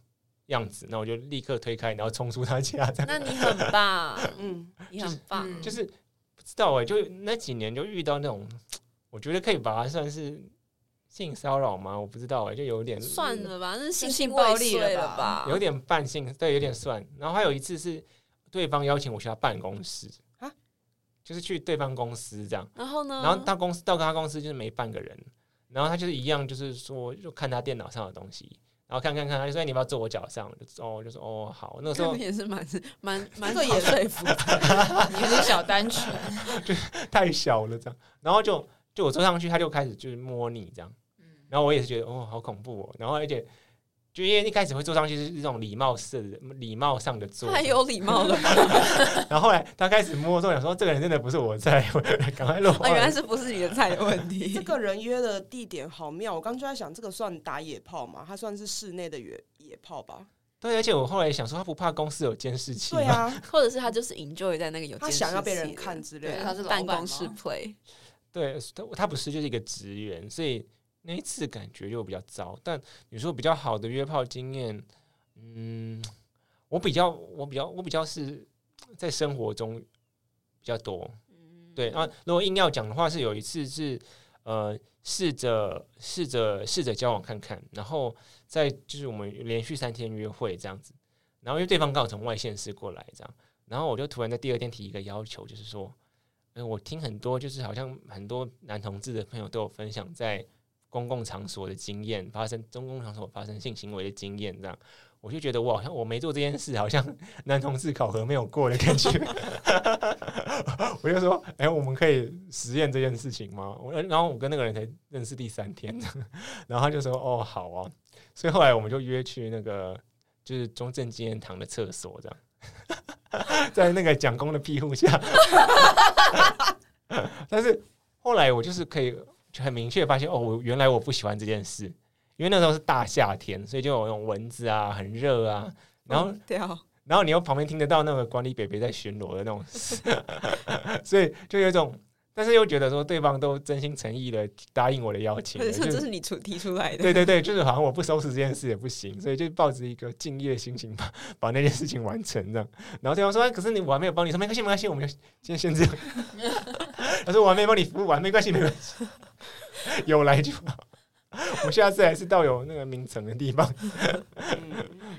样子。”那我就立刻推开，然后冲出他家，这样那你很 棒， 嗯，你很棒，嗯就是不知道哎、就那几年就遇到那种，我觉得可以把它算是性骚扰吗？我不知道哎、就有点算了吧，那是性性暴未力遂了了吧？有点半性，对，有点算。然后还有一次是对方邀请我去他办公室啊就是去对方公司这样。然后嗯呢？然后到公司到他公司就是没半个人，然后他就是一样，就是说就看他电脑上的东西，然后看看看，他就说哎你要不要坐我脚上？我就哦，我就说哦好，那个时他候们也是蛮蛮 蛮这个好 也说 服的，嗯，你是小单纯，太小了这样，然后就就我坐上去，他就开始就是摸你这样，嗯然后我也是觉得哦，好恐怖哦。然后而且就因为一开始会坐上去是这种礼貌式的、礼貌上的坐，哎太有礼貌 了吧？然后后来他开始摸的时候，想说这个人真的不是我 在，哦我赶快落啊，荒原来是不是你的菜的问题这？个人约的地点好妙，我刚就在想，这个算打野炮吗？他算是室内的野野炮吧？对，而且我后来想说，他不怕公司有监视器吗？对啊， 或者是他就是 enjoy 在那个有他监想视要被器人的看之类对，的。他是老办板公室吗 play，对，他他不是就是一个职员，所以那一次感觉就比较糟。但你说比较好的约炮经验，嗯，我比较我比较我比较是在生活中比较多。对啊，如果硬要讲的话，是有一次是呃试着试着试着交往看看，然后再就是我们连续三天约会这样子，然后因为对方刚好从外县市过来这样，然后我就突然在第二天提一个要求，就是说。呃，我听很多就是好像很多男同志的朋友都有分享在公共场所的经验，发生公共场所发生性行为的经验这样。我就觉得我好像我没做这件事，好像 男同志考核没有过的感觉。 我就说，哎、我们可以实验这件事情吗？我呃然后我跟那个人才认识第三天，然后他就说，哦，好啊。所以后来我们就约去那个就是中正纪念堂的厕所这样， 在那个蒋公的庇护下，但是后来我就是可以就很明确地发现，哦，我原来我不喜欢这件事，因为那时候是大夏天，所以就有那种蚊子啊，很热啊，然后 对啊，然后你又旁边听得到那个管理北北在巡逻的那种， 所以就有一种，但是又觉得说对方都真心诚意的答应我的邀请或 了，者就是这是你出提出来的，对对对，就是好像我不收拾这件事也不行，所以就抱着一个敬业的心情把把那件事情完成这样。然后对方说：“哎可是你我还没有帮你。”说：“没关系，没关系，我们就先先这样。”他说：“我还没帮你服务完，没关系，没关系，有来就好。我下次还是到有那个名城的地方。嗯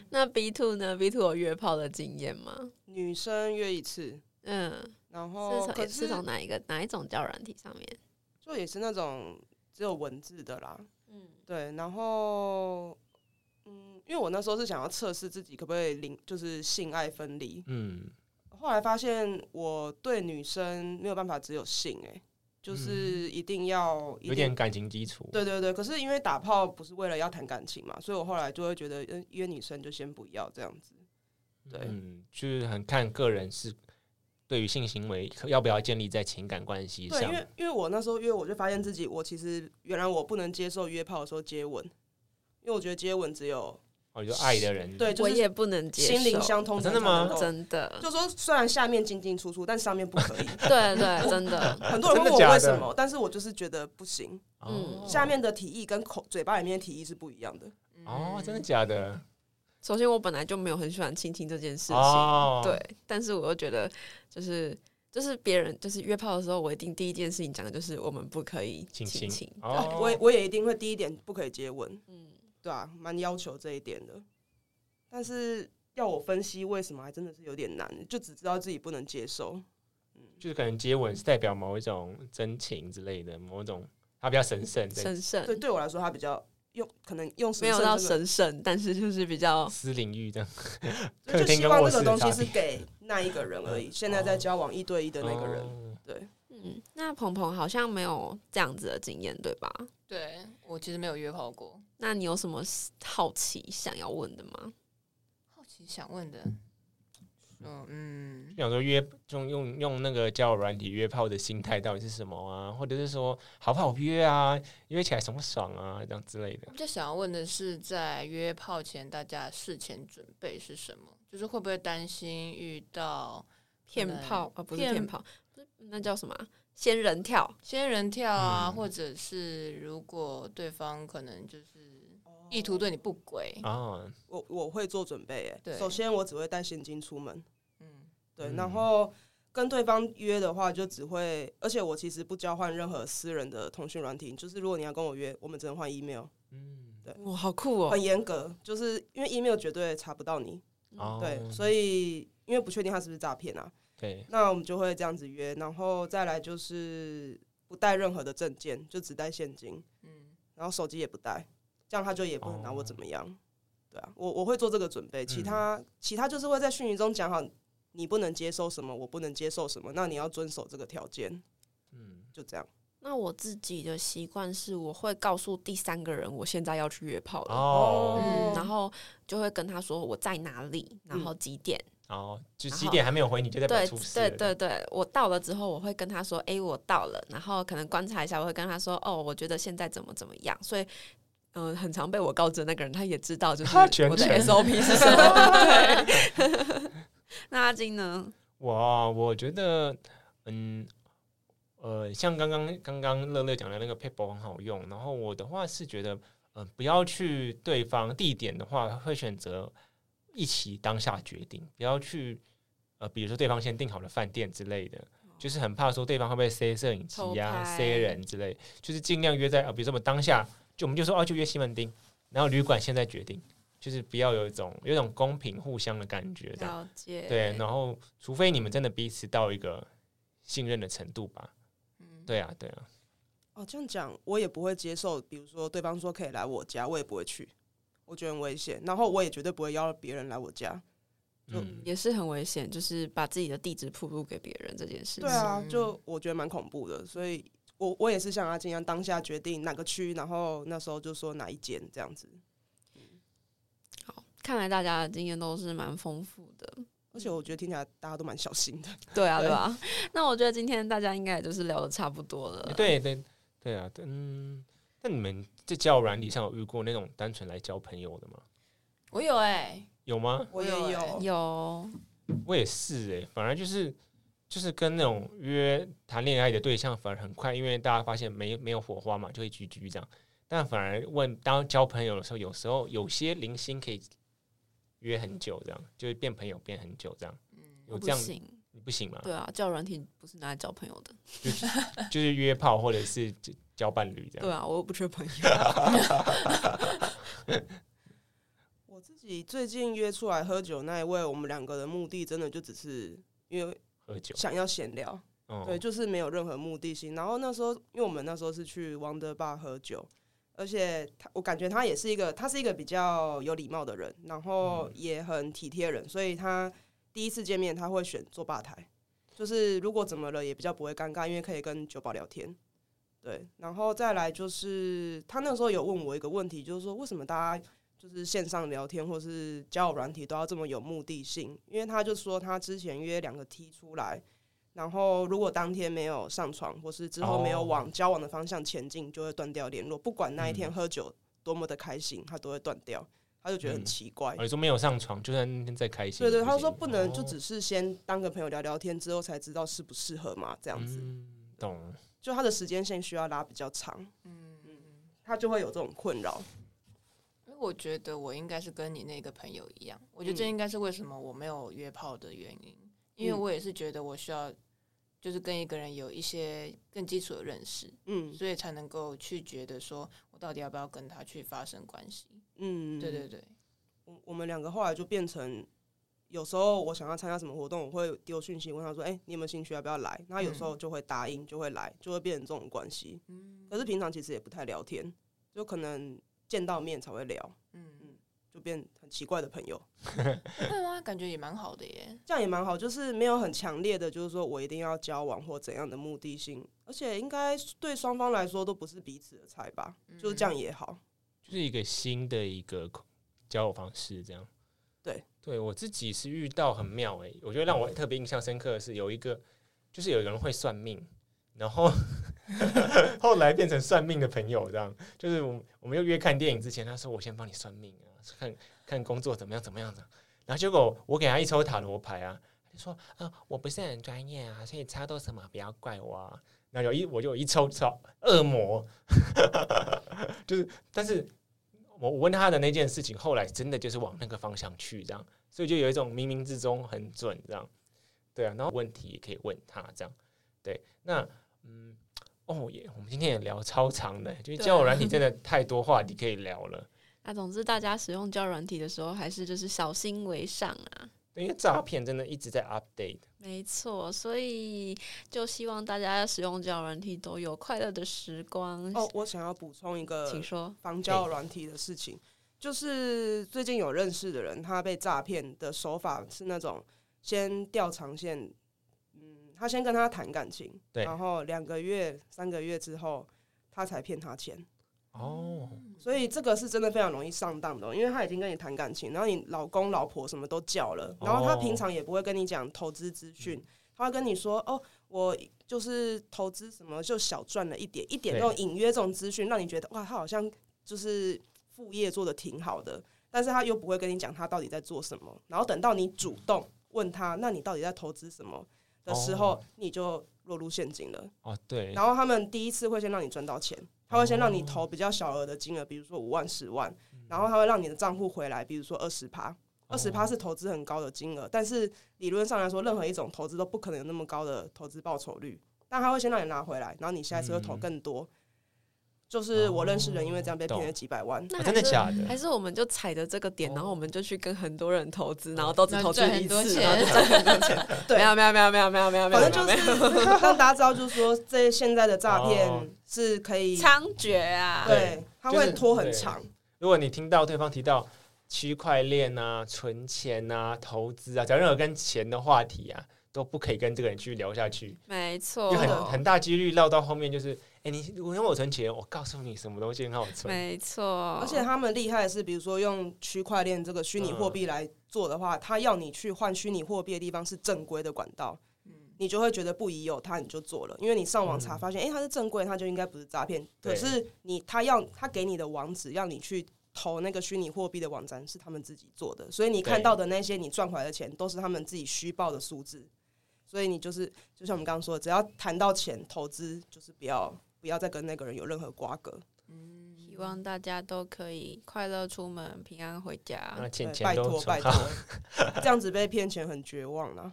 那 B two 呢？B two 有约炮的经验吗？ 女生约一次，嗯，然是后从可也是是从哪一个哪一种交友软体上面？就也是那种只有文字的啦。嗯，对，然后嗯，因为我那时候是想要测试自己可不可以零，就是性爱分离。”嗯，后来发现我对女生没有办法只有性、欸，就是一定要一有定点感情基础。对对对，可是因为打炮不是为了要谈感情嘛，所以我后来就会觉得，呃约女生就先不要这样子。对，嗯，就是很看个人是对于性行为要不要建立在情感关系对，因上？为因为我那时候约，我就发现自己，我其实原来我不能接受约炮的时候接吻，因为我觉得接吻只有哦，就爱的人，对，就我是也不能接受，心灵相通哦才真能的够，吗真的，就说虽然下面进进出出，但上面不 可以。对对，真的，很多人真的问我假为的什么，但是我就是觉得不行。哦嗯下面的提议跟口嘴巴里面的提议是不一样的。哦，嗯真的假的？首先我本来就没有很喜欢亲亲这件事情，哦，对，，但是我又觉得就是。就是别人就是约炮的时候，我一定第一件事情讲的就是我们不可以亲亲亲亲，，哦，我也我也一定会第一点不可以接吻，嗯，对啊，蛮要求这一点的。但是要我分析为什么，还真的是有点难，就只知道自己不能接受。嗯就是可能接吻是代表某一种真情之类的，某一种它比较神圣，在神圣对，对我来说，它比较用可能用神没有圣到这个神圣，但是就是比较私领域这样。就客厅希跟望卧这个室东的西差是给那一个人而已。现在在交往一对一的那个人，哦嗯。那鹏鹏好像没有这样子的经验，对吧？对我其实没有约炮过，那你有什么好奇想要问的吗？好奇想问的，嗯嗯，想说约用用用那个交友软体约炮的心态到底是什么啊？或者是说好不好约啊？约起来爽不爽啊？这样之类的我。比较想要问的是，在约炮前，大家事前准备是什么？就是会不会担心遇到骗可能炮啊，不是骗骗炮，不是那叫什么啊、仙人跳？仙人跳啊，嗯或者是如果对方可能就是哦意图对你不轨，嗯啊，我我会做准备耶。对首先我只会带现金出门，嗯，对，嗯然后跟对方约的话，就只会，而且我其实不交换任何私人的通讯软体，就是如果你要跟我约，我们只能换 email，嗯，哇，好酷哦！很严格，就是因为 email 绝对查不到你，哦，对，所以因为不确定他是不是诈骗啊，对，那我们就会这样子约，然后再来就是不带任何的证件，就只带现金，嗯，然后手机也不带，这样他就也不能拿我哦怎么样。对啊，我我会做这个准备，其他、其他就是会在讯息中讲好，你不能接受什么，我不能接受什么，那你要遵守这个条件，嗯，就这样。那我自己的习惯是，我会告诉第三个人我现在要去约炮了，哦嗯哦，然后就会跟他说我在哪里，然后几点。哦，就然几后点还没有回你嗯就代表对出事对了，对对，我到了之后，我会跟他说，诶，我到了，然后可能观察一下，我会跟他说，哦，我觉得现在怎么怎么样，所以。嗯、很常被我告知的那个人，他也知道就是他全我的权 SOP 是什么。对， 那阿金呢？哇，我觉得，嗯，呃，像刚刚刚刚乐乐讲的那个 paper 很好用，然后我的话是觉得，嗯、不要去对方地点的话，会选择一起当下决定，不要去，呃，比如说对方先订好了饭店之类的。就是很怕说对方会不会塞摄影机哦偷呀、拍塞人之类，就是尽量约在啊，比如说我们当下就我们就说哦、就约西门町，然后旅馆现在决定，就是不要有一种有一种公平互相的感觉，这样。了解。对，然后除非你们真的彼此到一个信任的程度吧。嗯，对啊，对啊，哦，这样讲我也不会接受，比如说对方说可以来我家，我也不会去，我觉得很危险，然后我也绝对不会邀别人来我家。嗯嗯，，也是很危险，就是把自己的地址暴露给别人这件事情。对啊，就我觉得蛮恐怖的，所以我我也是像阿金一样，当下决定哪个区，然后那时候就说哪一间这样子。好，看来大家的经验都是蛮丰 富的。而且我觉得听起来大家都蛮小心的。对啊，对对啊。 那我觉得今天大家应该也就是聊的差不多了。对对对啊，对嗯。那你们在交友软体上有遇过那种单纯来交朋友的吗？我有哎、有吗？ 我也有欸哦欸有我也是诶、反而就是就是跟那种约谈恋爱的对象，反而很快，因为大家发现没没有火花嘛，就会聚聚这样。但反而问当交朋友的时候，有时候有些零星可以约很久，这样就会变朋友变很久这样。嗯有我这不样行，你不行吗？对啊，叫软体不是拿来交朋友的。就是约炮或者是交交伴侣这样。对啊，我又不缺 朋友。我自己最近约出来喝酒那一位，我们两个的目的真的就只是因为喝酒，想要闲聊，嗯，对，就是没有任何目的性。然后那时候，因为我们那时候是去 Wonder Bar 喝酒，而且他，我感觉他也是一个，他是一个比较有礼貌的人，然后也很体贴人，所以他第一次见面他会选坐吧台，就是如果怎么了也比较不会尴尬，因为可以跟酒保聊天。对，然后再来就是他那时候有问我一个问题，就是说为什么大家就是线上聊天或是交友软体都要这么有目的性？因为他就说他之前约两个 T 出来，然后如果当天没有上床，或是之后没有哦往交往的方向前进，就会断掉联络。不管那一嗯天喝酒多么的开心，他都会断掉，他就觉得很嗯奇怪。哦你说没有上床，就算那天再开心对也行，对，他说不能就哦只是先当个朋友聊聊天，之后才知道适不适合嘛，这样子。嗯懂。就他的时间线需要拉比较长，嗯嗯嗯。他就会有这种困扰。因为我觉得我应该是跟你那个朋友一样，我觉得这嗯应该是为什么我没有约炮的原因，因为嗯我也是觉得我需要就是跟一个人有一些更基础的认识，嗯所以才能够去觉得说我到底要不要跟他去发生关系。嗯，对对对，我我们两个后来就变成，有时候我想要参加什么活动，我会丢讯息问他说：“哎、你有没有兴趣？要不要来？”那他有时候就会答应，就会来，就会变成这种关系。嗯可是平常其实也不太聊天，就可能见到面才会聊，嗯， 就变很奇怪的朋友。会吗？啊感觉也蛮好的耶。这样也蛮好，就是没有很强烈的，就是说我一定要交往或怎样的目的性，而且应该对双方来说都不是彼此的菜吧，就是嗯这样也好。就是一个新的一个空交友方式，这样。对，对我自己是遇到很妙诶、我觉得让我特别印象深刻的是有一个，就是有一个人会算命，然后 后来变成算命的朋友，这样。就是我们我们又约看电影之前，他说我先帮你算命啊，看看工作怎么样怎么样的。然后结果我给他一抽塔罗牌啊，他就说啊、我不是很专业啊，所以抽到什么不要怪我啊。然后有一我就有一抽抽恶魔， 就是但是我我问他的那件事情，后来真的就是往那个方向去，这样，所以就有一种冥冥之中很准这样，对啊，然后问题也可以问他这样，对，那嗯，哦耶，我们今天也聊超长的，就是对啊交友软体真的太多话题可以聊了，那啊总之，大家使用交友软体的时候，还是就是小心为上啊。因为诈骗真的一直在 update，没错，所以就希望大家使用交友软体都有快乐的时光。哦，我想要补充一个，请说。防交友软体的事情，就是最近有认识的人，他被诈骗的手法是那种先调长线，嗯，他先跟他谈感情，对然后两个月、三个月之后，他才骗他钱，哦，所以这个是真的非常容易上当的哦，因为他已经跟你谈感情，然后你老公、老婆什么都叫了，然后他哦平常也不会跟你讲投资资嗯讯，他会跟你说哦，我就是投资什么就小赚了一点，一点那对种隐约这种资讯，让你觉得哇，他好像就是副业做的挺好的，但是他又不会跟你讲他到底在做什么，然后等到你主动问他，那你到底在投资什么的时候，哦你就落入陷阱了。哦对，然后他们第一次会先让你赚到钱，他会先让你投比较小额的金额，比如说五万、十万，嗯然后他会让你的账户回来，比如说二十哦趴。二十趴是投资很高的金额，但是理论上来说，任何一种投资都不可能有那么高的投资报酬率。但他会先让你拿回来，然后你下一次会投更多。就是我认识人，因为这样被骗了懂几百万。那哦还真的是假的？呃还是我们就踩着这个点，然后我们就去跟很多人投资，然后都只投资赚一很多次，钱然后就赚很多钱。 对没有没有没有没有没有没有没有，反正就没有是 让大家知道，就是说这现在的诈哦骗是可以，猖獗啊！对，他就是会拖很对长。如果你听到对方提到区块链啊、存钱啊、投资啊，只要任何跟钱的话题啊，都不可以跟这个人继续聊下去， 没因错为，很哦很大几率绕到后面就是，哎、你你让我存钱，我告诉你什么东西很好存，没错，而且他们厉害的是，比如说用区块链这个虚拟货币来做的话，他要你去换虚拟货币的地方是正规的管道，嗯你就会觉得不疑有他，你就做了，因为你上网查发现，哎、它是正规，它就应该不是诈骗。可对是你他要他给你的网址，让你去投那个虚拟货币的网站是他们自己做的，所以你看对到的那些你赚回来的钱都是他们自己虚报的数字，所以你就是就像我们刚刚说的，只要谈到钱投资，就是不要不要再跟那个人有任何瓜葛。嗯希望大家都可以快乐出门，平安回家。那钱啊对钱拜都托拜存托 好。，这样子被骗钱很绝望啊啦。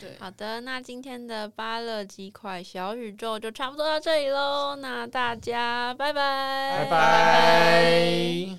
对，好的，那今天的芭乐鸡块小宇宙就差不多到这里喽，那大家拜拜，拜拜。